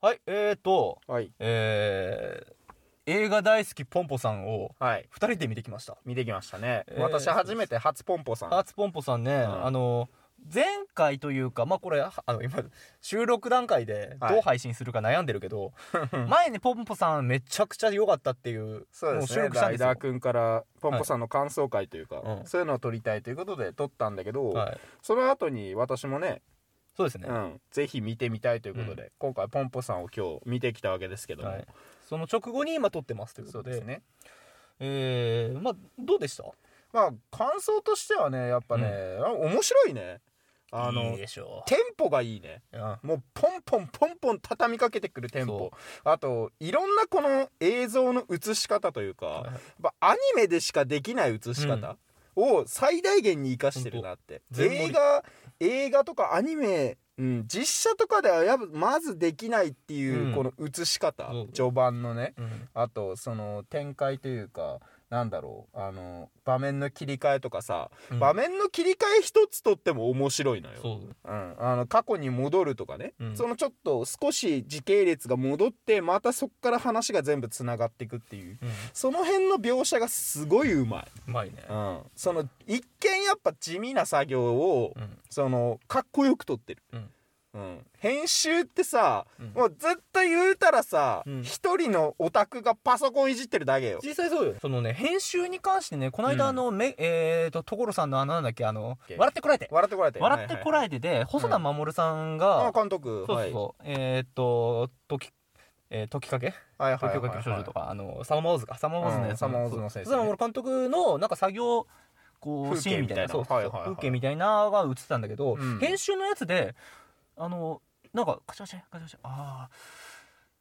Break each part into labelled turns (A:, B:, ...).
A: はい、えーと、
B: はい。
A: えー、映画大好きポンポさんを
B: はい。
A: 二人で見てきました。
B: 見てきましたね。
A: えー
B: 私初めて初ポンポさん。
A: アーツポンポさんね、
B: ん
A: あの、前回というか、まあこれ、はあの、今、収録段階で
B: はい
A: どう配信するか悩んでるけ ど、前にポンポさんめちゃくちゃ良かったっていう、
B: そうで
A: もう
B: す
A: 収
B: ね。
A: 録したんです
B: ラ
A: よ
B: イダー。君からポンポさんの感想会というか、
A: うん
B: そういうのを撮りたいということで撮ったんだけど、
A: はい。
B: その後に私もね、
A: そうですね。
B: うん、ぜひ見てみたいということで、今回ポンポさんを今日見てきたわけですけども、
A: はい。その直後に今撮ってますというこ
B: そ
A: とで。
B: うですね。
A: えー、まあ、どうでした
B: まあ感想としてはねやっぱね、あ面白いね。あの
A: いいでしょ
B: テンポがいいね。
A: う。うん。
B: もうポンポンポンポン畳みかけてくるテンポあといろんなこの映像の映し方というか、
A: はい
B: やっぱアニメでしかできない映し方を最大限に生かしてるなって、
A: ほんと全盛り
B: 映画映画とかアニメ、うん、実写とかではやっぱまずできないっていううんこの映し方、
A: そう
B: 序盤のね
A: うん。
B: あとその展開というかなんだろうあの場面の切り替えとかさ、
A: うん
B: 場面の切り替え一つとっても面白いのよ。
A: そう。
B: うん、あの過去に戻るとかね、
A: うん
B: そのちょっと少し時系列が戻ってまたそっから話が全部つながっていくっていう
A: うん。
B: その辺の描写がすごいうまい、
A: うまいね
B: う。ん、その一見やっぱ地味な作業を、
A: うん。
B: そのかっこよく撮ってる、
A: うん
B: うん編集ってさ、
A: うん
B: もうずっと言うたらさ
A: うん
B: 一、人のオタクがパソコンいじってるだけよ
A: 実際そうよそのね編集に関してねこの
B: う
A: 間
B: ん
A: あの、めえー、と所さんのあのなんだっけあの
B: け
A: 「笑ってこらえて」
B: 笑ってこられて
A: 「笑ってこ
B: れ
A: らえて」で細田守さんが、
B: あ監督
A: そうそうそう、えっ、と時えー、時かけ
B: はいはい
A: 東
B: はい
A: 京
B: は
A: か
B: い
A: け少女とか、あのサマーウォーズかサマーウォーズのやつ
B: うんサマーウォーズの先生ね
A: 細田守監督のなんか作業こう
B: 風景
A: シーンみたいな
B: みたいな
A: そうそう
B: はい
A: そう
B: はいはい
A: 風景みたいなのが映ってたんだけど、
B: うん
A: 編集のやつであのなんかカチャカチャカチャカチャああ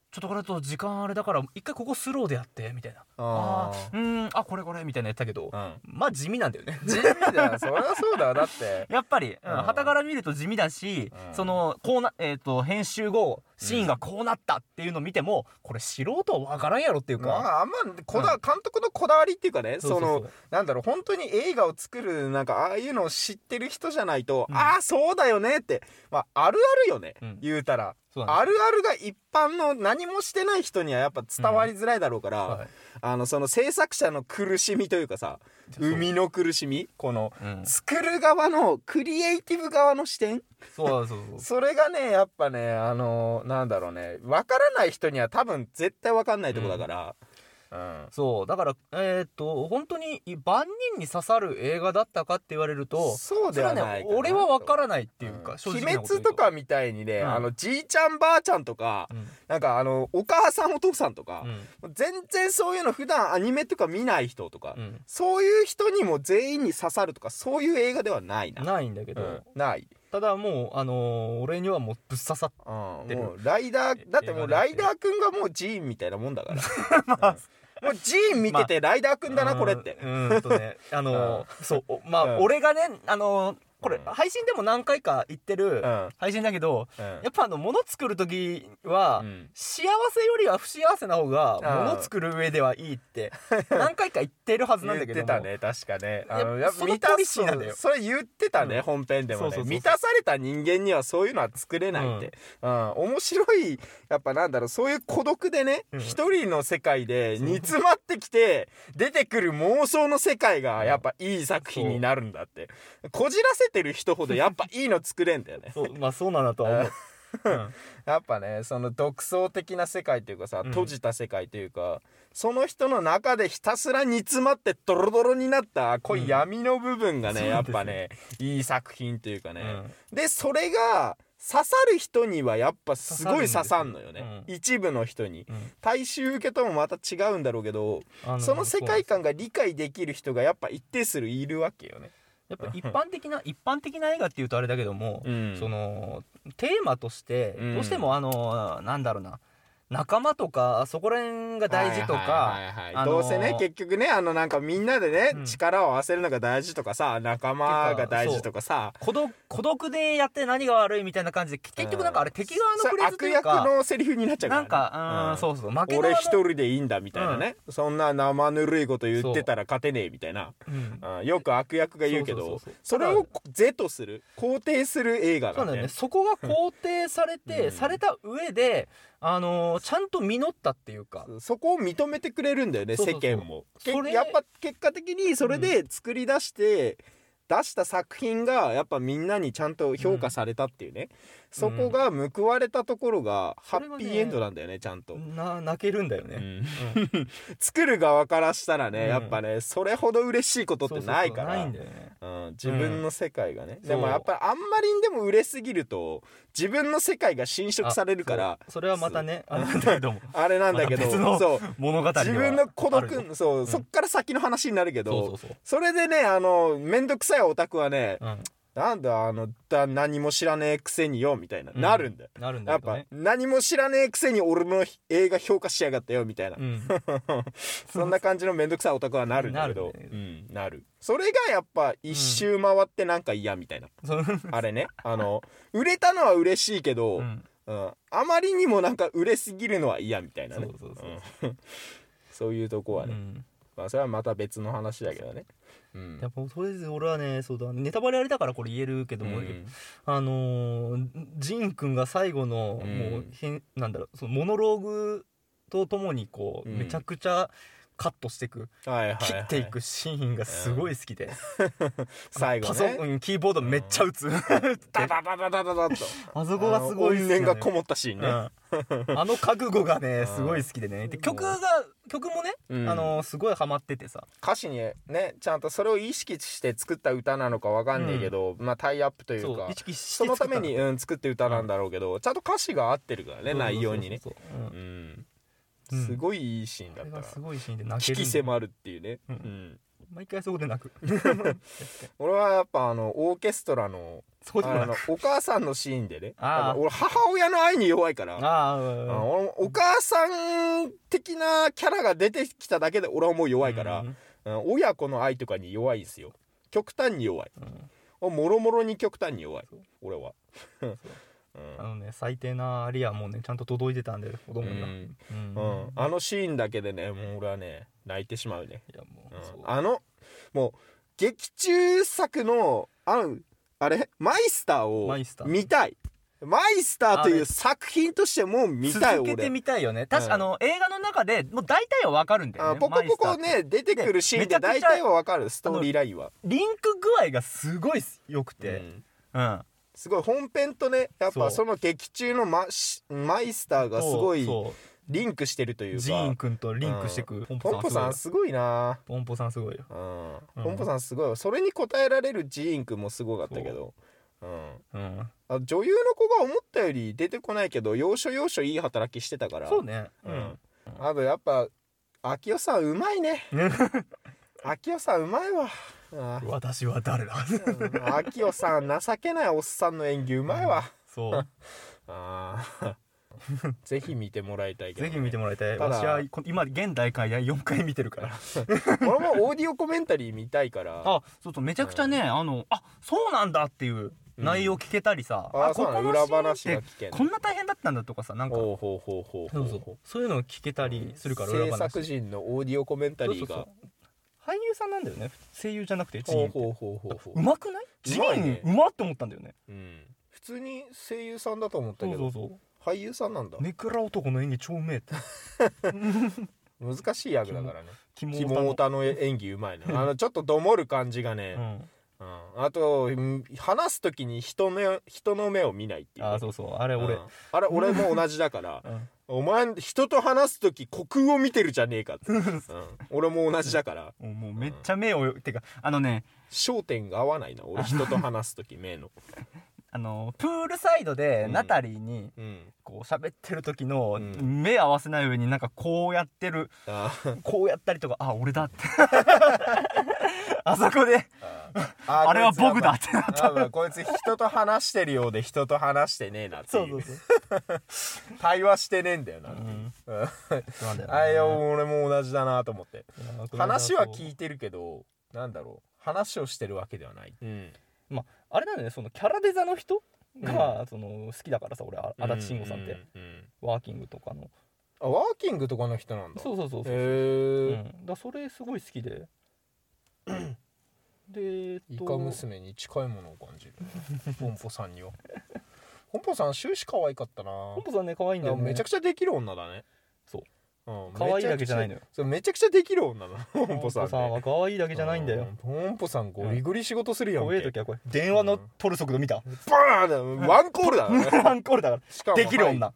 A: ちょっとこれだと時間あれだから一回ここスローでやってみたいなあ
B: あ
A: ーうーんあこれこれみたいなやったけど、
B: あうん
A: まあ地味なんだよね
B: 地味だよそりゃそうだよだって
A: やっぱりはた、
B: うん
A: うん傍から見ると地味だし、
B: うん
A: そのこうな、えー、と編集後シーンがこうなったっていうのを見ても、これ素人は分からんやろっていう
B: ま
A: か、
B: ああんまこだ、監督のこだわりっていうかねそ
A: そうそうそう
B: のなんだろう本当に映画を作るなんかああいうのを知ってる人じゃないと、
A: うん
B: ああそうだよねって、まあ、あるあるよね、
A: うん
B: 言うたら
A: そうなん
B: あるあるが一般の何もしてない人にはやっぱ伝わりづらいだろうから、
A: はい
B: あのその制作者の苦しみというかさ
A: そう
B: 生みの苦しみこの
A: うん
B: 作る側のクリエイティブ側の視点
A: そうそうそう
B: それがねやっぱねあのなんだろうね分からない人には多分絶対分かんないとこだから、うん
A: そうだからえっ、と本当に万人に刺さる映画だったかって言われると
B: そう
A: そ
B: で
A: れは
B: は
A: ね
B: ないかな
A: 俺は分から
B: っ
A: ないっていうか、正直
B: 鬼
A: なこと言
B: 滅
A: う
B: とかみたいにね、
A: うん
B: あのじいちゃんばあちゃんとか、
A: うん
B: なんかあのお母さんお父さんとか
A: う、ん
B: 全然そういうの普段アニメとか見ない人とか、
A: うん
B: そういう人にも全員に刺さるとかそういう映画ではないな、
A: ないんだけど、
B: うんない、
A: ただもうあのー俺にはもうぶっ刺さっ
B: うん、も
A: 出る
B: うライダーだってもう
A: 映画だっ
B: ラ
A: て
B: イダーくんがもうジーンみたいなもんだから
A: た、 まあ
B: もうジーン見ててライダーくんだなこれって、
A: うんうんとね あのーそうおま
B: うん
A: あ俺がねあのーこれ
B: うん
A: 配信でも何回か言ってる
B: うん
A: 配信だけど
B: うん
A: やっぱあの物作る時は
B: うん
A: 幸せよりは不幸せな方が物作る上ではいい って何回か言ってるはずなんだけど
B: 言ってたね確かねあの
A: や
B: やっぱ
A: その
B: 満た
A: ポリシーなんだよ
B: そうそれ言ってたね、
A: うん
B: 本編でも
A: そ
B: ね
A: うそうそうそう
B: 満たされた人間にはそういうのは作れないって、うん面白いやっぱなんだろうそういう孤独でね
A: うん
B: 一、人の世界で煮詰まってきて出てくる妄想の世界がやっぱいい作品になるんだってこじらせてる人ほどやっぱいいの作れんだよね
A: そうまあそうなんだとは思う、うん
B: やっぱねその独創的な世界というかさ
A: うん
B: 閉じた世界というか、その人の中でひたすら煮詰まってドロドロになった濃い闇の部分がね、
A: うん
B: やっぱねいい作品というかね、
A: うん
B: でそれが刺さる人にはやっぱすごい刺さんのよね
A: 刺さるんです
B: 一部の人に
A: うん
B: 大衆受けともまた違うんだろうけど
A: あー
B: その世界
A: そう
B: 観が理解できる人がやっぱ一定数いるわけよね。
A: やっぱ一般的な一般的な映画っていうとあれだけども、
B: うん
A: そのテーマとして
B: うん
A: どうしてもあのなんだろうな仲間とかそこら辺が大事と
B: はい
A: か
B: はいはいはい
A: あの
B: どうせね結局ねあのなんかみんなでね、
A: うん
B: 力を合わせるのが大事とかさ仲間が大事とかさ
A: 孤独孤独でやって何が悪いみたいな感じで結結局なんかあれ敵側の
B: そ
A: フ
B: れ
A: レーズと
B: 悪
A: いう
B: 役
A: か
B: のセリフになっちゃうから、
A: な
B: ね、
A: んかうんそうそう負け
B: 俺
A: 側の
B: 一人でいいんだみたいなね、そんな生ぬるいこと言ってたら勝てねえみたいな、
A: うん
B: うんよく悪役が言うけどそ
A: そうそうそうそう
B: れを是とする肯定する映画
A: そ
B: な
A: うんだ
B: だ
A: よ
B: よ
A: ね
B: ね
A: そこが肯定されて、
B: うん
A: された上であのーちゃんと実ったっていうか
B: そこを認めてくれるんだよね
A: そうそうそう
B: 世間もけ
A: それ
B: やっぱ結果的にそれで作り出して、出した作品がやっぱみんなにちゃんと評価されたっていうね、そこが報われたところがハ
A: それがね
B: ッピーエンドなんだよねちゃんと、
A: な泣けるんだよ
B: う
A: ね、
B: ん 作る側からしたらね、
A: うん
B: やっぱねそれほど嬉しいことっ
A: そう
B: て
A: そうそう
B: ないから
A: ないんだよね
B: うん、自分の世界がね、
A: うん
B: でもやっぱりあんまりにでも売れすぎると自分の世界が侵食されるから
A: あそうそれはまたねあれなんだけども
B: あれなんだけど、
A: また別の
B: そう
A: 物語は
B: 自分の孤
A: あるよ
B: 独そう、
A: ん
B: そっから先の話になるけど
A: そ
B: そう
A: そうそう
B: れでねあの面倒くさいオタクはね、
A: うん
B: なんだあのだ何も知らねえくせによみたいな、
A: うん
B: なるんだよ
A: なるんだ
B: やっ
A: けど
B: ぱ
A: ね
B: 何も知らねえくせに俺の映画評価しやがったよみたいな、
A: うん
B: そんな感じの面倒くさいオタクはなるんだけど
A: なるんだよ
B: うんなるそれがやっぱ一周回ってなんか嫌みたいな、
A: その
B: あれねあの売れたのは嬉しいけど、
A: うん
B: うん、あまりにもなんか売れすぎるのは嫌みたいなね
A: そうそうそう
B: うん そういうとこは
A: う
B: ね、
A: ん
B: まあそれはまた別の話だけどねうん
A: やっぱとりあえず俺はねそうだネタバレあれだからこれ言えるけども、
B: うん
A: あのージン君が最後の
B: うん
A: もう変、なんだろうそのモノローグとともにこう、
B: うん
A: めちゃくちゃカットしていく
B: はいはいはい
A: 切っていくシーンがすごい好きで、
B: 最後
A: パソコ
B: ね
A: ンキーボードめっちゃ打 つ
B: ダダダダダダダッと
A: あそこがすごい好きな
B: 怨
A: の
B: 念
A: よ
B: がこもったシーンね、
A: うんあの覚悟がねすごい好きでねで曲が曲もね、
B: うん
A: あのーすごいハマっててさ
B: 歌詞にねちゃんとそれを意識して作った歌なのかわかんないけど、まあタイアップという
A: そう
B: か
A: 意識して
B: そのために、
A: 作っ
B: うん、作って歌なんだろうけどちゃんと歌詞が合ってるから
A: た
B: ね
A: の
B: 内容にね
A: そうそうそうそううん
B: うん
A: うん
B: すごいいいシーン
A: こ
B: だ
A: れ
B: った
A: が
B: か
A: す
B: ら
A: ごいシーンで泣け
B: 危
A: る
B: 機
A: んだよ
B: 迫るっていうね、
A: うん
B: うん
A: 毎回そこで泣く
B: 俺はやっぱあのオーケストラの
A: そこでも
B: あ
A: 泣
B: の
A: く
B: お母さんのシーンでね
A: あー
B: あの俺母親の愛に弱いから
A: ああ
B: うん
A: うん
B: 俺もお母さん的なキャラが出てきただけで俺はもう弱いから、
A: うん
B: うん親子の愛とかに弱いんですよ極端に弱い
A: うん
B: もろもろに極端に弱い
A: そう
B: 俺は、う
A: あ
B: ん
A: のね最低なありはもうねちゃんと届いてたんで子
B: う
A: 供には
B: ん
A: うん
B: うん、あのシーンだけでねもう俺はね泣いてしまうね、
A: いやもう
B: うん
A: そう
B: あのもう劇中作のあのあれマイスター
A: マイスタ
B: を
A: ー
B: 見たいマイスターと
A: あ
B: い
A: れ
B: う作品としてもう見たい
A: 続けて
B: 俺
A: みたいよね確かあ
B: うん
A: の映画の中でもう大体はわかるんだよ
B: あ
A: ね
B: ポコポ
A: マ
B: コ
A: イスターって
B: ね出てくるシーンで
A: でめ
B: 大
A: ちゃくちゃ
B: 体はわかるストーリーラインは、
A: リンク具合がすごい良く
B: う
A: て
B: ん
A: うん
B: すごい本編とねやっ
A: そう
B: ぱその劇中のマシマイスターがすごい
A: そう
B: リンクしてるというか
A: ジーン君とリンクしてくポン
B: ポンポ
A: ポ
B: さ
A: さ
B: ん
A: んす
B: すごいな
A: ごいよポンポさんすごいよ
B: うん、
A: うん
B: ポンポさんすごいそれに応えられるジーンくんもすごかったけどうん
A: うん
B: あ女優の子が思ったより出てこないけど要所要所いい働きしてたから
A: そうね
B: う
A: うんん、
B: あとやっぱ秋代さんうま いね秋代さんうまいわあ
A: 私は誰 だ
B: うん秋代さん情けないおっさんの演技うまいわ、
A: そう
B: あーぜひ見てもらいたいけど
A: ぜ
B: ね、
A: ひ見てもらいたい。
B: ただ
A: 私はこ今現代会で4回見てるから。
B: 俺もオーディオコメンタリー見たいから
A: あ、そうそうめちゃくちゃね、あのあそうなんだっていう内容聞けたりさ、
B: あ
A: あ
B: そう
A: こ
B: な
A: こ
B: の
A: の
B: 裏
A: シーンっ
B: 話が
A: て
B: 聞けんの
A: こんな大変だったんだとかさなんか
B: ほうほうほうほう
A: そ
B: ほ
A: う
B: う
A: そうそういうのを聞けたりするから
B: 制
A: 裏話。
B: 作陣のオーディオコメンタ
A: そう
B: リ
A: そ
B: ー
A: うそう
B: が
A: 俳優さんなんだよね。声優じゃなくてジー
B: ほう
A: ンって。
B: ほうほうほうほ
A: うまくない？ジ
B: うまいね
A: ーンうまって思ったんだよね。
B: う、うん、普通に声優さんだと思った
A: そ
B: け
A: う
B: ど
A: そうそ
B: 俳優さんなんだ
A: う。ネクラ男の演技超うめえって。
B: 難しい役だからね
A: キモ
B: キモオタの演技うまいなあのちょっとどもる感じが
A: う
B: ね、
A: ん。
B: うんあとうん話す時に人の人の目を見ないっていうね、
A: あ、そうそうあれ
B: うん
A: 俺。
B: あれ俺も同じだ から
A: うん
B: お前人と話す時虚空を見てるじゃねえか って、うん、俺も同じだから
A: もうもうめっちゃ目をてかあのね
B: 焦点が合わないな俺人と話す時目の、
A: あのプールサイドで
B: うん
A: ナタリーに
B: うん、
A: こう喋ってる時の
B: うん
A: 目合わせない上になんかこうやってる
B: あー
A: こうやったりとかあ俺だ ってあそこであれは僕だってなった
B: 多分こいつ人と話してるようで人と話してねえなっていう
A: そう
B: 対話してねえんだよな、
A: ん
B: うん
A: そうなんだよね
B: あれよ俺も同じだなと思って
A: いやこれ
B: 話は
A: そう
B: 聞いてるけどなんだろう話をしてるわけではない、うん、
A: まああれなんだよねそのキャラデザの人が、その好きだからさ俺あ足立慎吾さんって、
B: うんうんうん
A: ワーキングとかの
B: あワーキングとかの人なんだ
A: そうそうそうそう、
B: へ
A: う
B: え
A: ん、だからそれすごい好き ででえっ
B: イ
A: と
B: カ娘に近いものを感じるポンポさんにはポンポンさん終始可愛かったな
A: ポンポさんね可愛いんだよね
B: めちゃくちゃできる女だね、
A: そう
B: うん、
A: 可愛いだけじゃないの
B: よ
A: よ
B: めちゃくちゃできる女 なのポ
A: ポ
B: ンポさん,、ね、
A: は可愛いだけじゃないんだよ
B: うんポンポさんゴリゴリ仕事するやんけ
A: 怖え時はこれ電話の取る速度見た
B: バーンだよワンコー ルだね
A: ワンコールだか
B: しからも
A: できる女
B: は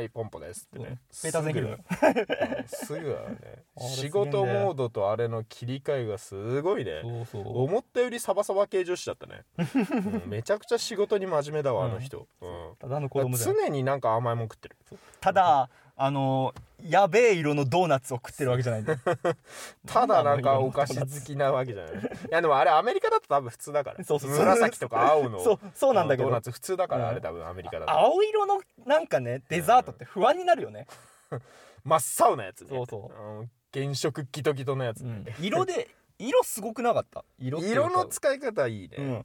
B: い、はい、ポンポですってね
A: ペーターゼン切るのよ
B: すぐだよね
A: あれすげえ
B: 仕
A: んだよ
B: 事モードとあれの切り替えがすごいね
A: そうそう
B: 思ったよりサバサバ系女子だっ たね、うんめちゃくちゃ仕事に真面目だわあの人、うん
A: ただの子供じゃん
B: 常になんか甘いもん食ってる
A: ただあのやべえ色のドーナツを食ってるわけじゃないんだよ
B: ただなんかお菓子好きなわけじゃないいやでもあれアメリカだと多分普通だから
A: そうそう
B: 紫とか青の
A: そうそうなんだけ
B: ドー
A: ど
B: ナツ普通だから
A: うん
B: あれ多分アメリカだと
A: 青色のなんかねデザートって不安になるよね、
B: 真っ青なやつね
A: そうそう
B: うん原色ギトギトのやつね
A: 色で色すごくなかった色っていうか
B: 色の使い方いいね
A: うん
B: うん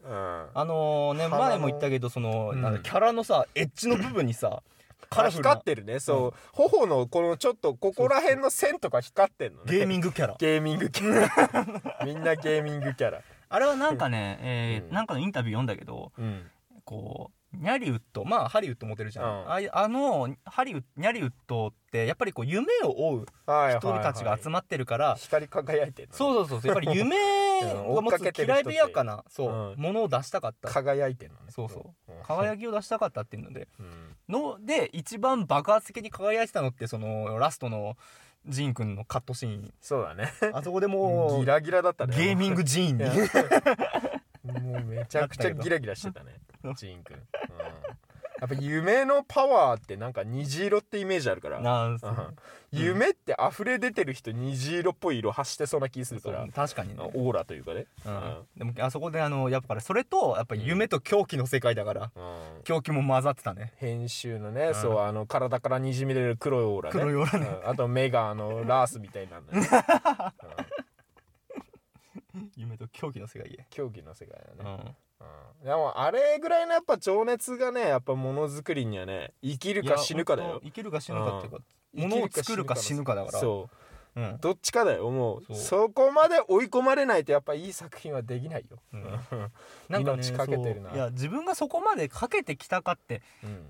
A: あのね
B: 花の
A: 前も言ったけどその、
B: うん
A: なんだキャラのさエッジの部分にさカラフル
B: 光
A: な
B: ってるねそう頬のこのちょっとここら辺の線とか光ってんのね
A: ゲーミングキャラ
B: ゲーミングキャラみんなゲーミングキャラ
A: あれはなんかね、えー
B: うん
A: なんかのインタビュー読んだけど
B: うん
A: こうニャリウッドまあハリウッドモデルじゃん、
B: うん
A: ああいあのハリウッニャリウッドってやっぱりこう夢を追う
B: はいはい
A: 人たちが集
B: ま
A: まってるから、
B: 光り輝いてる
A: そうそうそうやっぱり夢
B: うん
A: が持
B: 追っか
A: つ
B: けて
A: き
B: る人
A: ら
B: って
A: びやかなそう、
B: うん
A: ものを出したかった
B: 輝いてるのね
A: そうそ
B: うん
A: 輝きを出したかったっていうので
B: うん
A: ので一番爆発的に輝いてたのってそのラストのジンくんのカットシーン
B: そうだね
A: あそこでも
B: ギ
A: う
B: ラギラだったね
A: ゲーミングジーンに
B: いや もうめちゃくちゃギラギラしてたねジーンくん、うん、やっぱ夢のパワーってなんか虹色ってイメージあるから
A: なんす
B: うん夢って溢れ出てる人虹色っぽい色発してそうな気する
A: そ
B: から
A: う確かにね
B: オーラというかね
A: うんでもあそこであのやっぱそれとやっぱ夢と狂気の世界だから
B: うん
A: 狂気も混ざってたね
B: 編集の
A: う
B: ね
A: ん
B: そうあの体からにじみ出る黒いオーラね
A: 黒いオーラね
B: うんあと目があのラースみたい なんだねうん
A: 夢と狂気の世界へ
B: 競技の世界
A: う
B: だね
A: ん
B: うんでもあれぐらいのやっぱ情熱がねやっぱものづくりにはね生きるか死ぬかだ
A: いや本
B: よ
A: 当生きるか死ぬかっていうか
B: うん
A: 物を作るか死ぬかだから
B: そう
A: うん
B: どっちかだよも
A: そ
B: う
A: う
B: そこまで追い込まれないとやっぱいい作品はできないよ、
A: う
B: うんん
A: なんかね
B: 命かけてるな
A: そういや自分がそこまでかけてきたかって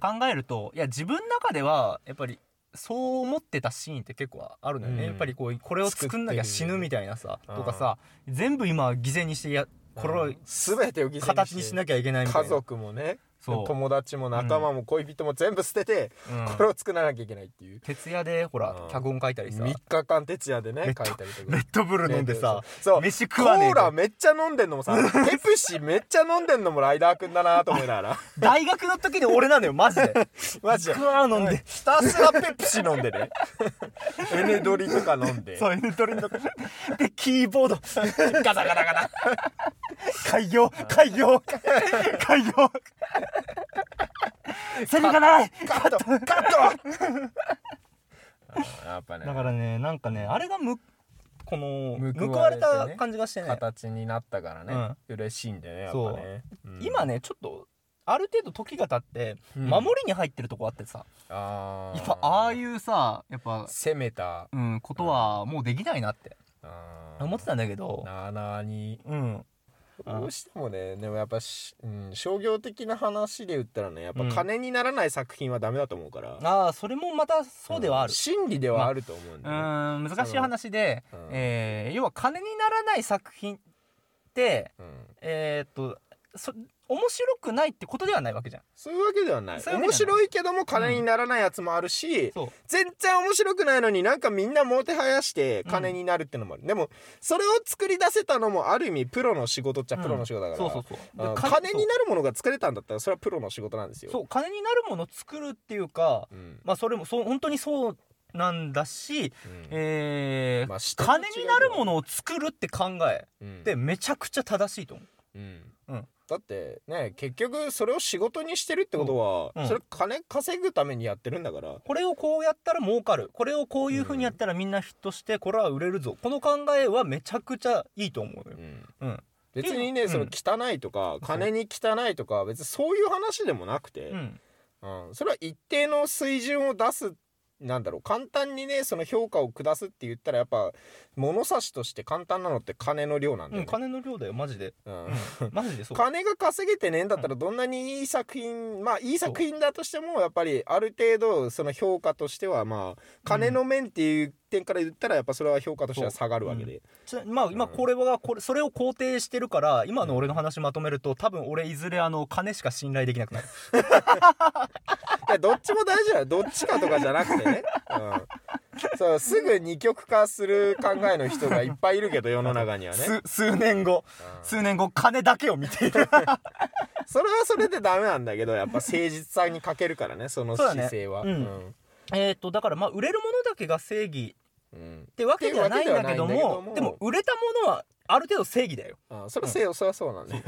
A: 考えるといや自分の中ではやっぱりそう思ってたシーンって結構あるのよね、
B: うん
A: やっぱりこうこれを作んなきゃ死ぬみたいなさ
B: 作ってる
A: とかさ全部今犠牲にしてやこれを
B: 全てを犠牲にして
A: 形にしなきゃいけないみたい
B: 家
A: な
B: 族もね
A: そう、
B: 友達も仲間も恋人も全部捨てて、
A: うん
B: これを作らなきゃいけないっていう
A: 徹夜でほら
B: うん
A: 脚本書いたりさ
B: 3日間徹夜でね
A: レ
B: 書
A: ッ
B: い
A: ド
B: たりと
A: レ
B: か
A: ッドブル飲んでさ
B: そう
A: 飯食
B: コ
A: わねえ
B: ー
A: で
B: ラめっちゃ飲んでんの もさペプシめっちゃ飲んでんのもライダーくんだなと思いなが ら
A: 大学の時に俺なのよマジ で
B: マジで
A: 食わ飲んで
B: ひたすらペプシ飲んで ねエネドリとか飲んで
A: そう犬取りのとこ でキーボード ガタガタガタ開業開業開業セリフがない
B: カットカットやっぱね
A: だからねなんかねあれがむこの報
B: 報
A: わ
B: わ
A: れ
B: れ
A: た
B: た
A: 感じがしてね
B: 形になったからね、嬉しいんだよねやっぱね、うん
A: 今ねちょっとある程度時が経って
B: うん
A: 守りに入ってるとこあってさ、
B: あ
A: やっぱああ
B: う
A: いうさやっぱ
B: 攻めた
A: うんことはもうできないなって
B: あー
A: 思ってたんだけど
B: なあなあに
A: うん
B: どうしてもねでもやっぱし、うん、商業的な話で言ったらねやっぱ金にならない作品はダメだと思うから、
A: ああそれもまたそうではある
B: ん、真理ではあると思うん
A: う
B: だよね、
A: ーん難しい話で、
B: うん
A: えー要は金にならない作品って
B: うん
A: えーっとそ面白くないってことではないわけじゃん
B: そういうわけではない
A: そういうわ
B: 面
A: けじゃない
B: 白いけども金にならないやつもあるし、
A: そう
B: 全然面白くないのになんかみんなもてはやして金になるってのもある、でもそれを作り出せたのもある意味プロの仕事っちゃプロの仕事だから、
A: そうそうそう
B: あ
A: で
B: ー金になるものが作れたんだったらそれはプロの仕事なんです
A: そう
B: よ
A: そう金になるものを作るっていうか
B: う、ん
A: まあ、それもそう本当にそうなんだし、
B: うん
A: えー
B: まあ視点が違う
A: 金になるものを作るって考え
B: うん
A: ってめちゃくちゃ正しいと思う
B: うん
A: うん
B: だってね結局それを仕事にしてるってことは、
A: うんうん
B: それ金稼ぐためにやってるんだから、
A: これをこうやったら儲かるこれをこういうふうにやったらみんなヒットしてこれは売れるぞこの考えはめちゃくちゃいいと思うのよ
B: う、ん
A: うん
B: 別にね、
A: うん
B: その汚いとか金に汚いとか別にそういう話でもなくて、
A: うん、
B: うん、それは一定の水準を出すなんだろう簡単にねその評価を下すって言ったらやっぱ物差しとして簡単なのって金の量なんだ
A: う
B: よ
A: ん、
B: ね、
A: 金の量だよマジ で
B: うん
A: マジでそう
B: 金が稼げてねえんだったらどんなにいい作品、まあいい作品だとしてもやっぱりある程度その評価としてはまあ金の面っていう点から言ったらやっぱそれは評価としては下がるわけで、
A: ちなまあ今これはこれそれを肯定してるから今の俺の話まとめると多分俺いずれあの金しか信頼できなく なる
B: いやどっちも大事だよどっちかとかじゃなくてね、うん、そうすぐ二極化する考えの人がいっぱいい るけど世の中にはね、
A: 数数年後
B: うん
A: 数年後金だけを見て いる
B: それはそれでダメなんだけどやっぱ誠実さに欠けるからねその
A: そうだね
B: 姿勢は。
A: うんえっとだからまあ売れるものだけが正義
B: うんうん
A: ってわけではないんだけど
B: ってわけではない
A: も
B: んだけども
A: でも売れたものはある程度正義だよ、
B: あそれはせよ、それはそうなんだよ。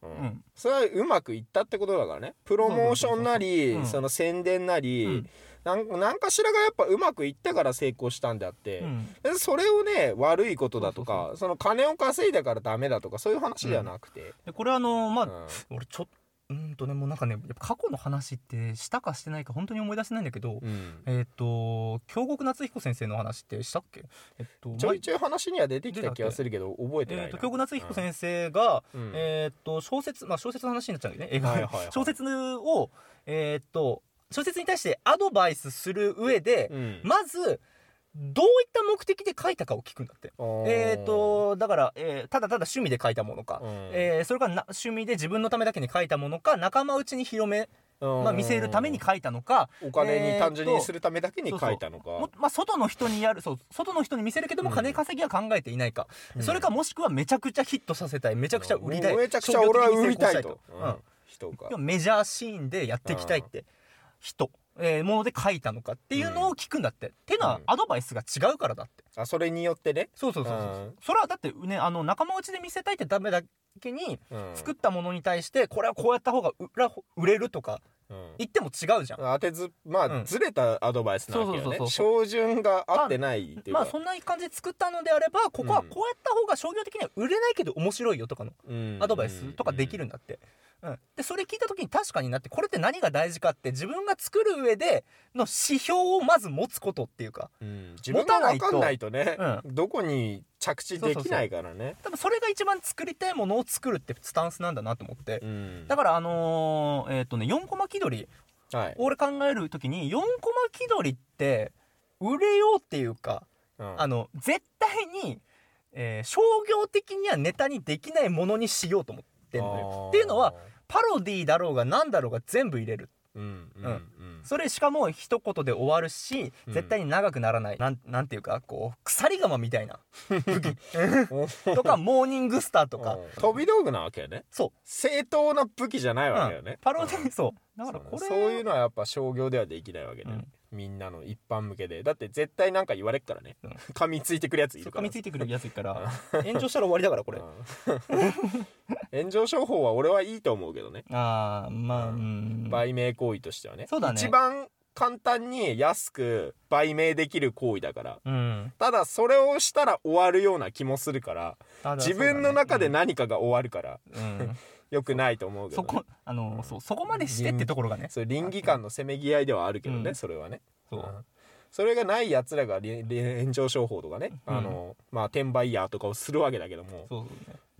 B: う
A: うんん、
B: それはうまくいったってことだからねプロモーショ
A: そうそう
B: ンな
A: そうそうう
B: り
A: ん
B: その宣伝なり、
A: うん
B: なんかなんかしらがやっぱうまくいったから成功したんであって、
A: うん
B: でそれをね悪いことだとかその金を稼いだからダメだとかそういう話ではなくて、
A: でこれはあのまあ、
B: うん
A: 俺ちょっうーんとねもうなんかねやっぱ過去の話ってしたかしてないか本当に思い出せないんだけど、
B: うん
A: えっ、と京極夏彦先生の話ってしたっけえっと
B: ちょ
A: ま
B: いちょい話には出てきた気がするけど覚えてない
A: え
B: な、
A: ー、と京極夏彦先生が、
B: うん
A: えっと小説まあ小説の話になっちゃうよね映画の、
B: はいはいはい
A: 小説をえっと小説に対してアドバイスする上で、
B: うん
A: まずどういった目的で書いたかを聞くんだって。えー、、とだから、えーただただ趣味で書いたものか、
B: うん
A: えーそれからな趣味で自分のためだけに書いたものか仲間内に広め、
B: ま
A: まあ、見せるために書いたのか
B: お金に単純にす
A: る、
B: るためだけに書いたのか、
A: もまあ、外の人にやるそう外の人に見せるけども
B: うん
A: 金稼ぎは考えていないか、
B: うん
A: それかもしくはめちゃくちゃヒットさせたいめちゃくちゃ売りたい
B: もうめちゃくちゃ俺は売りたい
A: 商業
B: と
A: 的に成功したいとうん
B: 人が
A: 要はメジャーシーンでやっていきたいって人、えーもので書いたのかっていうのを聞くんだって、ての
B: う
A: は
B: ん
A: アドバイスが違うからだって。
B: あそれによってね、
A: そうそうそうそう、
B: うん
A: それはだってねあの仲間内で見せたいってダメだけに
B: うん
A: 作ったものに対してこれはこうやった方がうら売れるとか
B: うん
A: 言っても違うじゃん、
B: 当てずまあ、
A: うん
B: ずれたアドバイスなわけよ
A: そうそう
B: ね
A: そう
B: 照準が合ってないっていうか、
A: まあそんな感じで作ったのであればここは
B: うん
A: こうやった方が商業的には売れないけど面白いよとかの
B: うん
A: アドバイスとかできるんだって、うん、でそれ聞いた時に確かになってこれって何が大事かって自分が作る上での指標をまず持つことっていうか
B: うん、自分が分かんないとね
A: 持たないと
B: どこに着地できないからね
A: 多分それが一番作りたいものを作るってスタンスなんだなと思って、
B: うん
A: だからあのーえっ、とね4コマ気取り
B: はい、
A: 俺考える時に4コマ気取りって売れようっていうか
B: うん
A: あの絶対に、えー商業的にはネタにできないものにしようと思ってんの
B: あー
A: よ。っていうのはパロディだろうが何だろうが全部入れる
B: うんうん
A: う
B: うん
A: それしかも一言で終わるし
B: うん
A: 絶対に長くならない、なんなんていうかこう鎖釜みた いな
B: お
A: とかモーニングスターとか
B: うん飛び道具なわけよね
A: そ、
B: 正当な武器じゃないうわけよ
A: う
B: ね、
A: ん、パロデ
B: うん
A: ィそうだからこれ
B: そうそういうのはやっぱ商業ではできないわけで、
A: うん
B: みんなの一般向けでだって絶対なんか言われっからね、
A: うん
B: 噛みついてくるやつい
A: そ
B: る
A: っ
B: か
A: からみついてくるやついから炎上したら終わりだからこれ
B: うん炎上商法は俺はいいと思うけどね、
A: ああまあ
B: う
A: うんん
B: 売名行為としてはね
A: そうだね
B: 一番簡単に安く売名できる行為だから
A: うん
B: ただそれをしたら終わるような気もするから
A: ただ
B: 自分の中で何かが終わるから、
A: そうだねうんうん
B: よくないと思うけど
A: そ
B: ね、
A: こあのそうそこまでしてってところがね
B: そう倫理観のせめぎ合いではあるけどね、
A: うん
B: それはね
A: そう
B: うんそれがないやつらがりり炎上商法とかね、
A: うん
B: あのまあ転売ヤーとかをするわけだけども、
A: そうそうね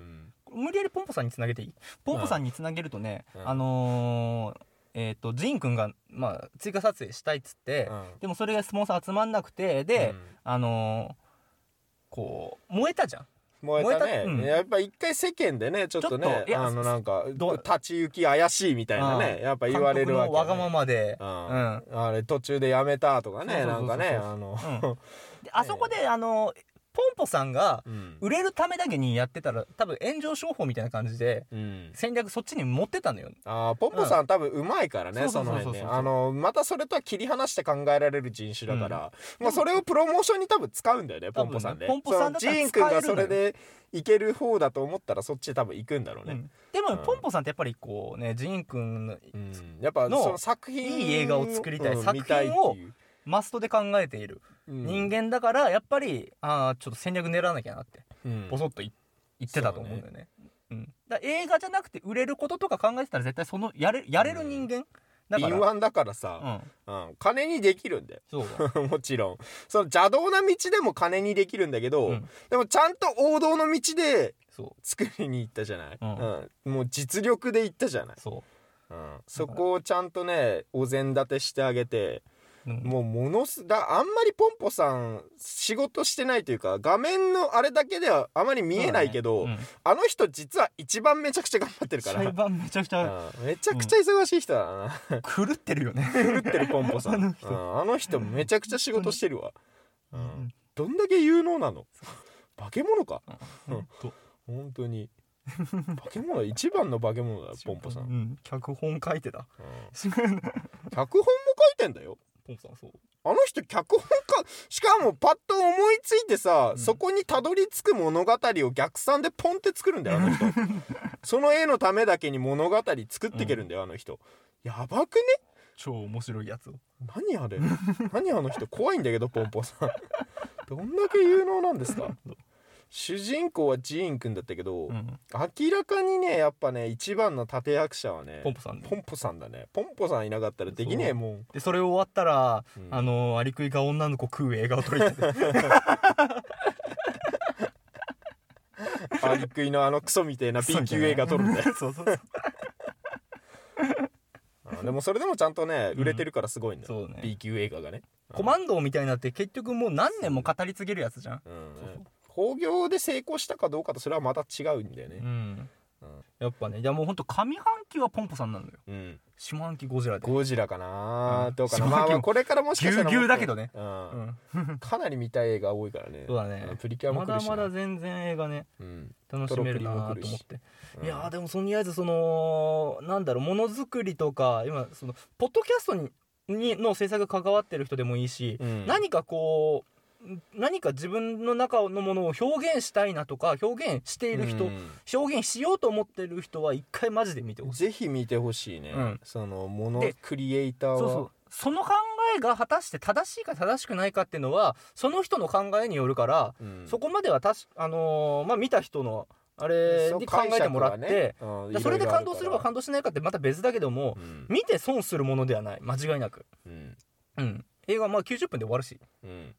B: うん
A: 無理やりポンポさんにつなげていいポンポさんにつなげるとね、
B: うん
A: あのーえっ、とジンくんが、まあ、追加撮影したいっつって、
B: うん
A: でもそれがスポンサー集まんなくてで、
B: うん
A: あのーこう燃えたじゃん
B: 燃えた
A: 燃えた
B: ね
A: うん
B: やっぱ一回世間でねちょっとね
A: ちょっといや
B: あのなんか
A: どう
B: 立ち行き怪しいみたいなね
A: うん
B: やっぱ言われるわ
A: 監督の
B: け、
A: わがままで、うん
B: うんあれ途中でやめたとかね
A: そう
B: な
A: そ
B: ん
A: うそ
B: か
A: うそう
B: ねあの、
A: であそこで、あのーポンポさんが
B: うん
A: 売れるためだけにやってたら多分炎上商法みたいな感じで
B: うん
A: 戦略そっちに持ってたのよ
B: あーポッポさん、多分うまいからね
A: そうそ
B: そう
A: そう
B: の
A: そう
B: 辺ね
A: そう
B: あのまたそれとは切り離して考えられる人種だから、まあ、それをプロモーションに多分使うんだよねポ
A: 多
B: ン
A: 分ね
B: ポさんで、
A: ポンポさんだったら
B: ジーン君がそれでいける方だと思ったらそっちへ多分行くんだろう
A: う
B: ね、
A: んでも、
B: うん
A: ポンポさんってやっぱりこうねジンくんの
B: うんやっぱそ
A: の
B: の作品
A: いい映画を作りたい
B: うん
A: 作品を
B: 見たいっていう
A: マストで考えている、
B: うん
A: 人間だからやっぱりああちょっと戦略狙わなきゃなって
B: うん
A: ボソッとい言ってたと思うんだよね。うん、だから映画じゃなくて売れることとか考えてたら絶対そのやれやれる人間だから
B: 敏腕だからさ、
A: うん
B: うん金にできるんだよ
A: そう
B: もちろんその邪道な道でも金にできるんだけど、
A: うん
B: でもちゃんと王道の道で
A: そう
B: 作りに行ったじゃない、
A: うん
B: うんもう実力で行ったじゃない、
A: そ
B: うん、そこをちゃんとねお膳立てしてあげて、
A: う、うん
B: もうものすだあんまりポンポさん仕事してないというか画面のあれだけではあまり見えないけど、
A: そうだね
B: あの人実は一番めちゃくちゃ頑張って
A: うん
B: るから、
A: 裁判めちゃくちゃ
B: うんめちゃくちゃ忙しい人だな、
A: 狂ってるよね
B: 狂ってるポンポさん
A: あの人
B: うんあの人めちゃくちゃ仕事してるわ、う
A: うんん、
B: どんだけ有能なの化け物か
A: ほんと
B: 本当に化け物一番の化け物だよポンポさ
A: う
B: ん、うん
A: ん脚本書いてた
B: 脚本も書いてんだよ
A: ポンさんそう
B: あの人脚本家しかもパッと思いついてさ、
A: うん
B: そこにたどり着く物語を逆算でポンって作るんだよあの人 その絵のためだけに物語作っていけるんだよ、あの人やばくね
A: 超面白いやつを
B: 何あれ何あの人怖いんだけどポンポさんどんだけ有能なんですか主人公はジーンくんだったけど、
A: うん
B: 明らかにねやっぱね一番の立役者はね
A: ポンポさんで
B: ポンポさんだねポンポさんいなかったらできねえ
A: そう
B: もん
A: でそれ終わったら、
B: うん
A: あのアリクイが女の子食う映画を撮りたい
B: アリクイのあのクソみたい な B 級映画撮る んだよ
A: そうそうそう
B: あでもそれでもちゃんとね
A: うん
B: 売れてるからすごいんだよ、
A: そうね
B: B 級映画がね
A: コマンドみたいになって結局もう何年も語り継げるやつじゃん
B: うん、
A: そうそう
B: 興行で成功したかどうかとそれはまた違うんだよ
A: う
B: ね
A: ん
B: うん、
A: やっぱねいやもうほんと上半期はポンポさんなのよ
B: うん
A: 下半期ゴジラで
B: ゴジラかな、
A: うん
B: どうかな
A: 下半
B: ま
A: 期も
B: あまあこれからもしかしたらもっと
A: ぎゅうぎゅうだけどね
B: うん
A: うん
B: かなり見たい映画多いからね
A: そうだね
B: んプリキュアも
A: ま
B: 来る
A: だ
B: し
A: まだ
B: だ、
A: 全然映画ね
B: うん
A: 楽しめるなと思って、
B: うん
A: いやーでもとりあえずそのなんだろうものづくりとか今そのポッドキャストににの制作が関わってる人でもいいし、
B: うん
A: 何かこうん何か自分の中のものを表現したいなとか表現している人、
B: うん
A: 表現しようと思ってる人は一回マジで見てほしい
B: ぜひ見てほしいね、
A: うん
B: そのもの
A: で
B: クリエイターは
A: そうそうその考えが果たして正しいか正しくないかっていうのはその人の考えによるから、
B: うん
A: そこまではたし、あのーまあ、見た人のあれ
B: そう
A: に考えてもらって、
B: うん
A: だからそれで感動すれば
B: いろいろある
A: 感動しないかってまた別だけども
B: か、らうん
A: 見て損するものではない間違いなく、
B: うん
A: うん、映画まあ90分で終わるし
B: うん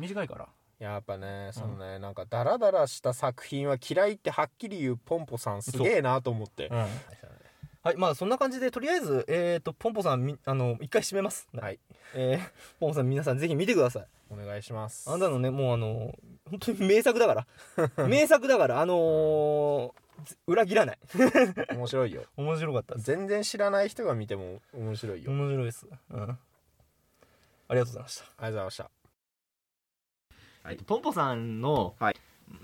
A: 短いから
B: やっぱねそのね、なんかダラダラした作品は嫌いってはっきり言うポンポさんすげえなと思って、
A: うんはいまあそんな感じでとりあえずえっ、とポンポさんみあの一回締めます
B: はい
A: えーポンポさん皆さんぜひ見てください
B: お願いします
A: あんたのねもうあの本当に名作だから 名作だからあのーず裏切らない
B: 面白いよ
A: 面白かったです
B: 全然知らない人が見ても面白いよ、あり
A: 面白いですうんありがとうございました
B: がとうございました
A: えっとポンポさんの、
B: はい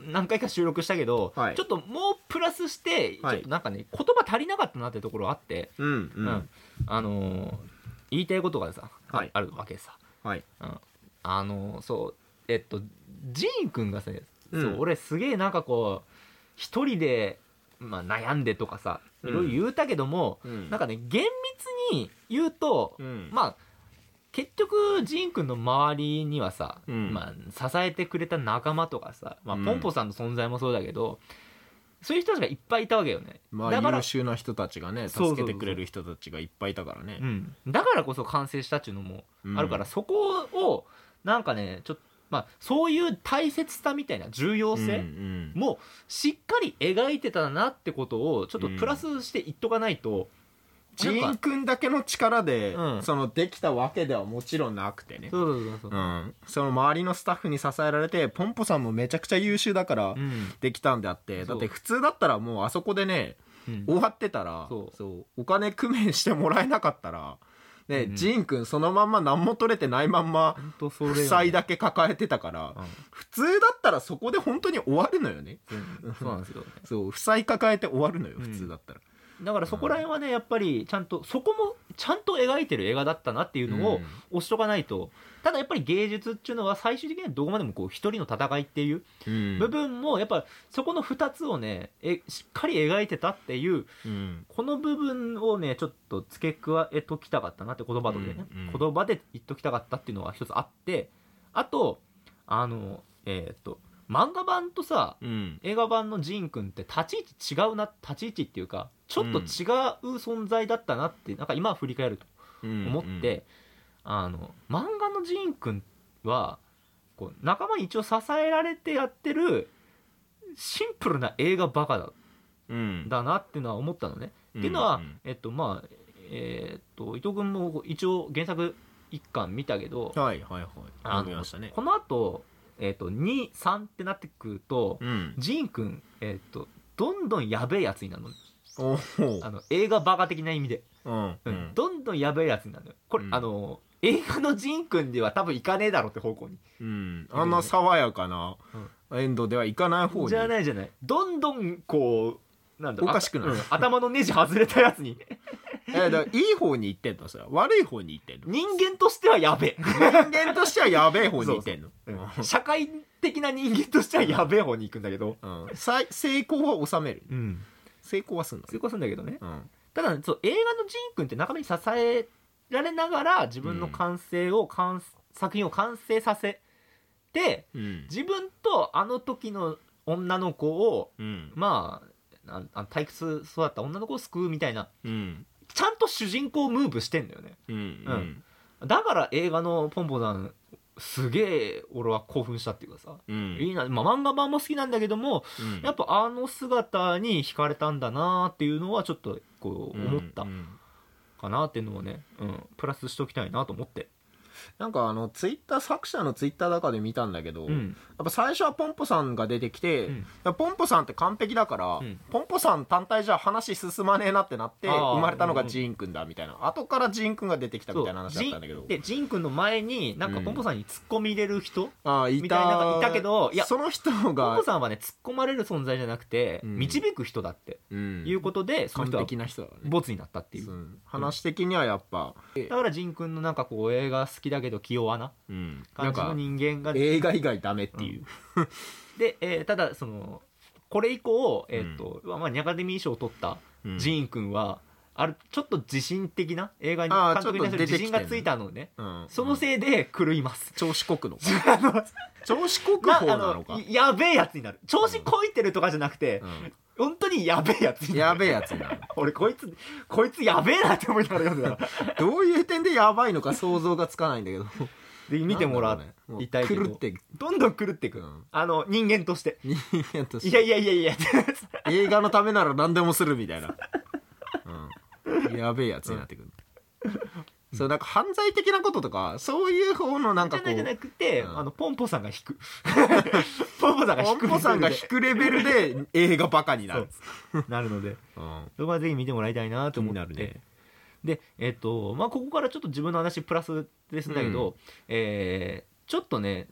A: 何回か収録したけど、
B: はい
A: ちょっともうプラスして、
B: は
A: ち
B: い
A: ょっとなんかね言葉足りなかったなってところあって、
B: うん
A: うあのー言いたいことがさ、
B: はい
A: あるわけさ、
B: はい
A: うんあのーそうえっとジーンくんがさ、
B: うん
A: そう俺すげえなんかこう一人で、まあ、悩んでとかさいろいろ言うたけども、
B: うん
A: なんかね厳密に言うと、
B: うん
A: まあ結局ジンくんの周りにはさ、
B: うん
A: まあ、支えてくれた仲間とかさ、まあ、
B: うん
A: ポンポさんの存在もそうだけど、そういう人たちがいっぱいいたわけよね、だから、
B: 秀な人たちがね
A: そうそうそう
B: る人たちがいっぱいいたからね
A: うん、だからこそ完成したっていうのもあるから、そこをなんかねちょっと、まあ、そういう大切さみたいな重要性もしっかり描いてたなってことをちょっとプラスして言っとかないと、
B: ジ
A: なん
B: ーン
A: か
B: くんだけの力で、
A: うん
B: そのできたわけではもちろんなくてね
A: そうそうそうそうう、
B: ん、その周りのスタッフに支えられてポンポさんもめちゃくちゃ優秀だから
A: うん
B: できたんであっ
A: そ
B: て、
A: う
B: だって普通だったらもうあそこでね
A: うん
B: 終わってたら
A: そう
B: お金工面してもらえなかったら、ね
A: うん
B: ジーンくんそのまんま何も取れてないまんま
A: 本当それよ
B: 負
A: ね
B: 債だけ抱えてたか
A: う
B: ら、
A: ん
B: 普通だったらそこで本当に終わるのよね
A: うんそうなんですよね
B: そう負債抱えて終わるのよ
A: うん
B: 普通だったら、
A: だからそこら辺はねやっぱりちゃんとそこもちゃんと描いてる映画だったなっていうのを
B: うん
A: 押しとかないと、ただやっぱり芸術っていうのは最終的にはどこまでもこう一人の戦いっていう
B: うん
A: 部分もやっぱそこの2つをねえしっかり描いてたっていう
B: うん
A: この部分をねちょっと付け加えときたかったなって言葉とでね、
B: うんうん
A: 言葉で言っときたかったっていうのが一つあってあとあのえーっと漫画版とさ
B: うん
A: 映画版のジン君って立ち位置違うな立ち位置っていうかちょっと違う存在だったなって、なんか今振り返ると思って、あの漫画のジン君はこう仲間に一応支えられてやってるシンプルな映画バカだ
B: うん
A: だなっていうのは思ったのね。
B: っ
A: っていうのは、えっとまあえーっと伊藤君も一応原作一巻見たけど、
B: はいはいはい
A: あ
B: 読み
A: の
B: ましたね
A: この後、えっと23ってなってくると、
B: うん
A: ジン君、えっとどんどんやべえやつになるの
B: おお
A: あの映画バカ的な意味で、
B: うん
A: うんどんどんやべえやつになるのよこれ、
B: うん
A: あの映画のジン君では多分いかねえだろうって方向に
B: うんあんな爽やかなエンドではいかない方に
A: じゃないじゃないどんどんこうなんだろう
B: おかしくなる
A: うん頭のネジ外れたやつ に
B: えだからいい方に行ってんのさ悪い方に行ってんの
A: 人間としてはやべえ
B: 人間としてはやべえ方に行ってんの
A: うん社会的な人間としてはやべえ方に行くんだけど、
B: うんうんさ成功は収める
A: うん、
B: 成功はすんの
A: それこそんだけどね
B: うん
A: ただそう映画のジン君って仲間に支えられながら自分の完成を完、作品を完成させて
B: うん
A: 自分とあの時の女の子を
B: うん
A: まあああ退屈そうだった女の子を救うみたいな
B: うん
A: ちゃんと主人公ムーブしてんだよね
B: うんうん
A: んだから映画のポンポさんすげえ俺は興奮したっていうかさ、
B: うん
A: いいな、まあ、漫画版も好きなんだけども
B: うん
A: やっぱあの姿に惹かれたんだなっていうのはちょっとこう思った
B: うんうん
A: かなっていうのをね、うん、プラスしておきたいなと思って、
B: なんかあのツイッター作者のツイッターだかで見たんだけど、
A: う
B: やっ
A: ん、
B: ぱ最初はポンポさんが出てきて、
A: うん
B: いやポンポさんって完璧だから、
A: うん
B: ポンポさん単体じゃ話進まねえなってなって
A: あー
B: 生まれたのがジーンくんだみたいな、後からジーンくんが出てきたみたいな話だったんだけど
A: ジンでジン君の前になんかポンポさんに突っ込み入れる人、
B: ああいた
A: みたいなのがいたけどいや
B: その人
A: ポン
B: が
A: ポ、さんはね突っ込まれる存在じゃなくて、
B: うん
A: 導く人だって
B: うん
A: いうことで、その
B: 完
A: 人は
B: 璧な人だね
A: ボツになったっていう、
B: うん話的にはやっぱ、
A: だからジン君のなんかこう映画好きだけど器用な
B: うん
A: 感
B: なん
A: じの
B: か
A: 人間が
B: 映画以外ダメっていう、
A: で、えーただそのこれ以降、えーとまあ、ニャカデミー賞を取った
B: うん
A: ジーン君は、あるちょっと自信的な映画に
B: あー
A: 監督に対する
B: ちょっと出
A: 自
B: てきてん
A: 信
B: の
A: がついたのね
B: うん
A: そのせいで狂います、
B: 調子こくの
A: あの
B: 調子こく
A: な
B: 方なのか
A: あのやべえやつになる調子こいてるとかじゃなくて、本当にやべえやつ
B: うん
A: にな
B: や
A: る
B: べえやつになる
A: 俺こいつこいつやべえなって思いながら読んでたら
B: どういう点でやばいのか想像がつかないんだけど
A: で 見てもら
B: なんだろうねもう
A: いたいけど
B: 狂って
A: どんどん狂っていく、
B: うん
A: あの人間として
B: 人間とし
A: いや
B: て
A: いやいやいや
B: 映画のためなら何でもするみたいな、うん、やべえやつになってくる、そうなんか犯罪的なこととかそういう方のなん
A: じ
B: か
A: ゃ
B: こ
A: ないじゃな
B: う
A: くて、
B: うん
A: あのポンポさんが引 くポンポさんが
B: ポ
A: 引く
B: ンポさんが
A: レベルで
B: 引くレベルで映画バカになる
A: なるので
B: うん
A: そこはぜひ見てもらいたいなと思って
B: 気になるね
A: でえっ、とまあここからちょっと自分の話プラスですんだけど、えーちょっとね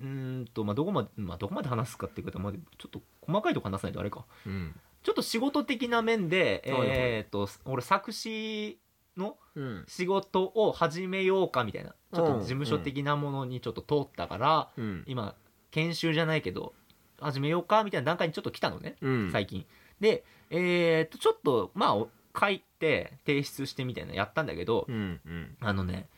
A: うーんとまあどこまで、まあ、どこまで話すかっていうことはまあちょっと細かいとこ話さないとあれか
B: うん
A: ちょっと仕事的な面で
B: はいはい
A: えっ、と俺作詞の
B: うん
A: 仕事を始めようかみたいなちょっと事務所的なものにちょっと通ったから、
B: うん
A: 今研修じゃないけど始めようかみたいな段階にちょっと来たのね
B: うん
A: 最近。で、えーっと、ちょっと、まあ、お書いて、提出してみたいなのやったんだけど
B: う、んうん
A: あのね、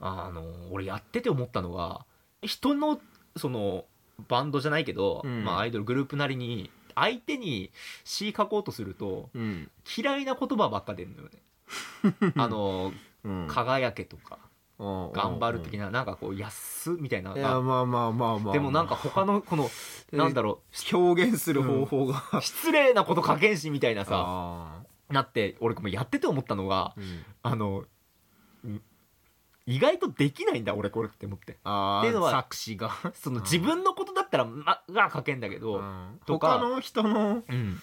A: あの、俺やってて思ったのが、人の、その、バンドじゃないけど、
B: うん
A: まあ、アイドルグループなりに、相手に詩書こうとすると、
B: うん
A: 嫌いな言葉ばっか出るのよ ね。あの、
B: うん
A: 輝けとか、
B: うん
A: 頑張る的
B: な
A: な、なんかこう、安っみたいな。
B: いやまあまあまあまあ
A: でもなんか他の、この、なんだろ
B: 表現する方法が
A: う、失礼なこと書けんし、みたいなさ、
B: あ
A: なって俺もやってて思ったのが
B: ーうん
A: あのん意外とできないんだ俺これって思って
B: あー
A: っていうのは
B: 作詞が
A: そ
B: うん
A: の自分のことだったら「ま」が書けんだけど、とか
B: 他の人の
A: うん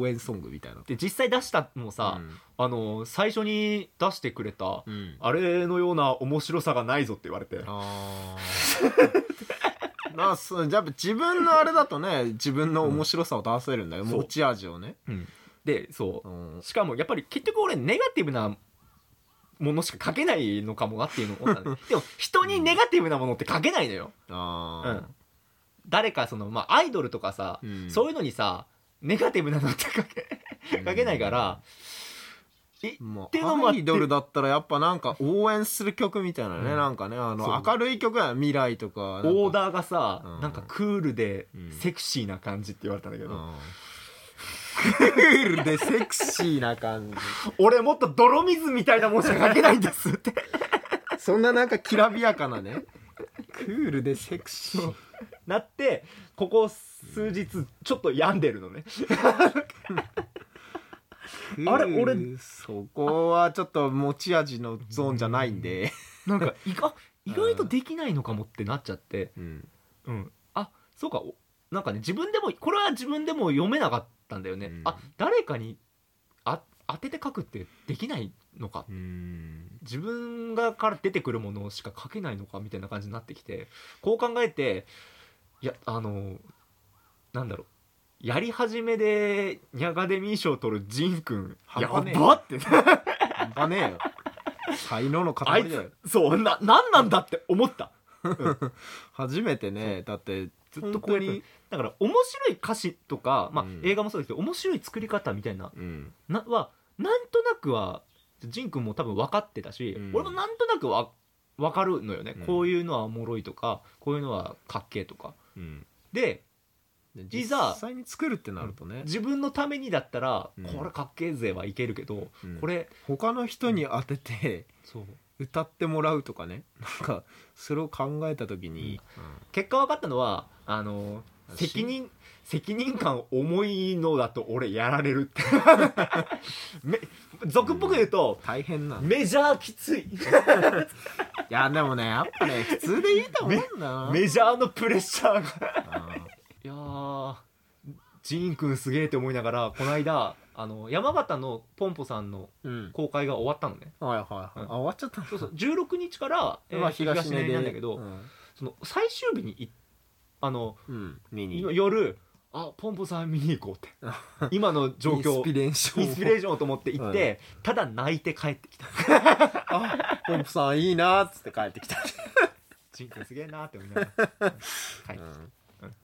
B: 応援ソングみたいな
A: で実際出したのもさ、あの最初に出してくれた、
B: うんうん
A: あれのような面白さがないぞって言われて
B: あー なそうじゃあ自分のあれだとね自分の面白さを出せるんだよ、
A: うん
B: 持ち味をね、
A: でそううんしかもやっぱり結局俺ネガティブなものしか書けないのかもなっていうのを思った のねでも人にネガティブなものって書けないのよ
B: あ
A: 誰かそのまあアイドルとかさ、
B: うん
A: そういうのにさネガティブなのって書け
B: ー、うん
A: 書けないから、え
B: も
A: てのもあ
B: う
A: っ
B: ア
A: て
B: イドルだったらやっぱなんか応援する曲みたいなね、
A: うん
B: なんかねあ
A: そ
B: の
A: う
B: 明るい曲や未来とか
A: オー
B: ー、
A: ダーがさ、
B: うん
A: なんかクールで
B: うん
A: セクシーな感じって言われたんだけ
B: う
A: ど、
B: んクールでセクシーな感じ
A: 俺もっと泥水みたいなもんしか書けないんですって
B: そんななんかきらびやかなね クールでセクシー
A: なってここ数日ちょっと病んでるのねあれ俺
B: クールそこはちょっと持ち味のゾーンじゃないんで、
A: なんか意外意外とできないのかもってなっちゃって、
B: うん
A: うん、あそうかおなんかね自分でもこれは自分でも読めなかったんだよね、
B: うん
A: あ誰かにあ当てて書くってできないのか自分がから出てくるものしか書けないのかみたいな感じになってきてこう考えていやあのなんだろうやり始めでニャガデミー賞を取るジン君や
B: 半
A: ば
B: 端ねえ
A: って
B: 半端ねえよ才能の
A: あい
B: 塊だよ
A: つそうな何なんだって思った
B: 初めてねだってずっとここに、
A: だから面白い歌詞とか、まあ
B: うん
A: 映画もそうですけど面白い作り方みたいな
B: うん
A: なはなんとなくはジン君も多分分かってたし、
B: うん
A: 俺もなんとなくわ分かるのよね、
B: うん
A: こういうのはおもろいとかこういうのはかっけえとか
B: うん、
A: で
B: で
A: いざ
B: 実際に作るってなるとね、
A: 自分のためにだったら、
B: うん
A: これかっけえぜはいけるけど、
B: うん
A: これ
B: 他の人に当てて
A: そう
B: 歌ってもらうとかねなんかそれを考えた時に、
A: 結果分かったのはあの
B: あ
A: 責任責任感重いのだと俺やられるって め俗っぽく言うと、
B: 大変なのい
A: メジャーきつい
B: やでもねやっぱね普通でいいと思うんだな
A: メジャーのプレッシャーが
B: うん
A: いやージーンくんすげえって思いながらこの間あの山形のポンポさんの
B: うん
A: 公開が終わったのね
B: はいはいはい、
A: うん
B: あ終わっちゃったの
A: そうそう16日から、えー
B: まあ東根で
A: 根なんだけど、
B: うん
A: その最終日にいあの
B: うん、見に
A: 夜あポンポさん見に行こうって 今の状況
B: インスピレーションを
A: インスピレーションをと思って行って、ただ泣いて帰ってきた
B: あポンプさんいいなっつって帰ってきた、
A: ジンくんすげえなって思いな がら帰ってきたうん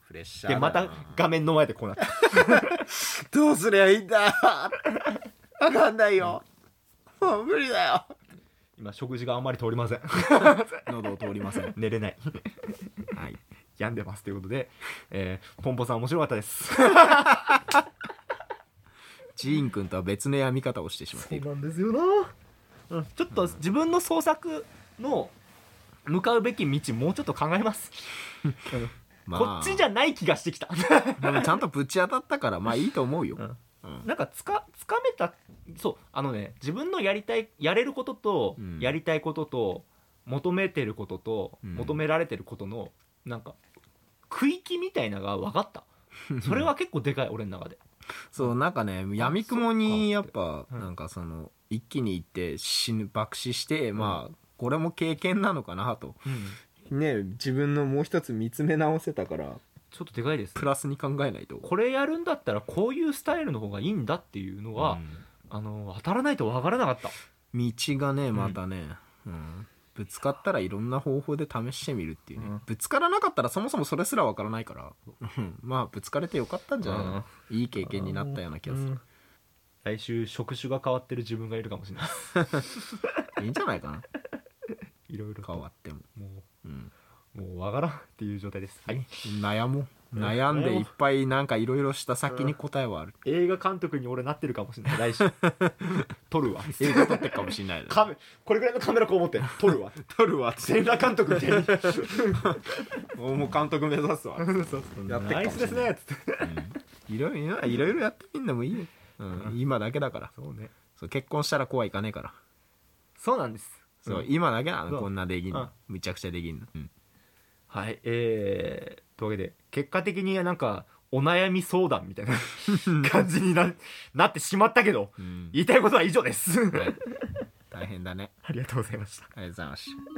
B: プレッシャー
A: でまた画面の前でこうなった
B: どうすりゃいいんだわかんないよもう無理だよ
A: 今食事があんまり通りません
B: 喉を通りませ ん
A: 寝れない
B: はい
A: 病んでますということで、えー、ポンポさん面白かったです
B: ジーン君とは別の病み方をしてしまっている
A: なんですよな、うん、ちょっと自分の創作の向かうべき道もうちょっと考えます、 こっちじ
B: ゃ
A: ゃない気がしてきた
B: でもちゃんとぶち当たったからまあいいと思うよ、
A: うん
B: うん
A: なんかつかつかめたそうあのね自分のやりたいやれることと、
B: うん
A: やりたいことと求めてることと、
B: うん
A: 求められてることのなんか区域みたいなのが分か ったそれは結構でかい俺の中で
B: そうなんかね闇雲にやっぱ
A: うん
B: なんかその一気に行って死ぬ爆死して、まあこれも経験なのかなとね自分のもう一つ見つめ直せたから
A: ちょっとでかいですね
B: プラスに考えないと
A: これやるんだったらこういうスタイルの方がいいんだっていうのは、あの当たらないと分からなかった
B: 道がねまたね、うんぶつかったらいろんな方法で試してみるっていうね、
A: うん
B: ぶつからなかったらそもそもそれすらわからないから、うんまあぶつかれてよかったんじゃないの、いい経験になったような気がする、
A: 来週職種が変わってる自分がいるかもしれない
B: いいんじゃないかない
A: ろいろと
B: 変
A: も
B: わっても、うん、
A: うもう分からんっていう状態です、はい、
B: 悩もう
A: うん
B: 悩んでいっぱいなんかいろいろした先に答えはあ る、
A: 映画監督に俺なってるかもしれない来 週撮るわ
B: 映画撮ってるかもしれない だ
A: カメこれぐらいのカメラこう持って 撮るわ
B: 撮るわっ
A: 全裸監督みたい に
B: もう監督目指すわやってっかもしれない
A: ナイスですねっつって
B: いろいろいろいろやってみんでもいいよ、うん今だけだから
A: そうね
B: そう結婚したらこうはいかねえから
A: そうなんです
B: そう、
A: ん
B: 今だけな
A: そ
B: の
A: う
B: こんなできん
A: うん
B: のむちゃくちゃできんの、うん
A: はいえー、というわけで結果的にはなんかお悩み相談 みたいな感じにななってしまったけど
B: うん
A: 言いたいことは以上です
B: はい大変だね
A: ありがとうございました
B: ありがとうございました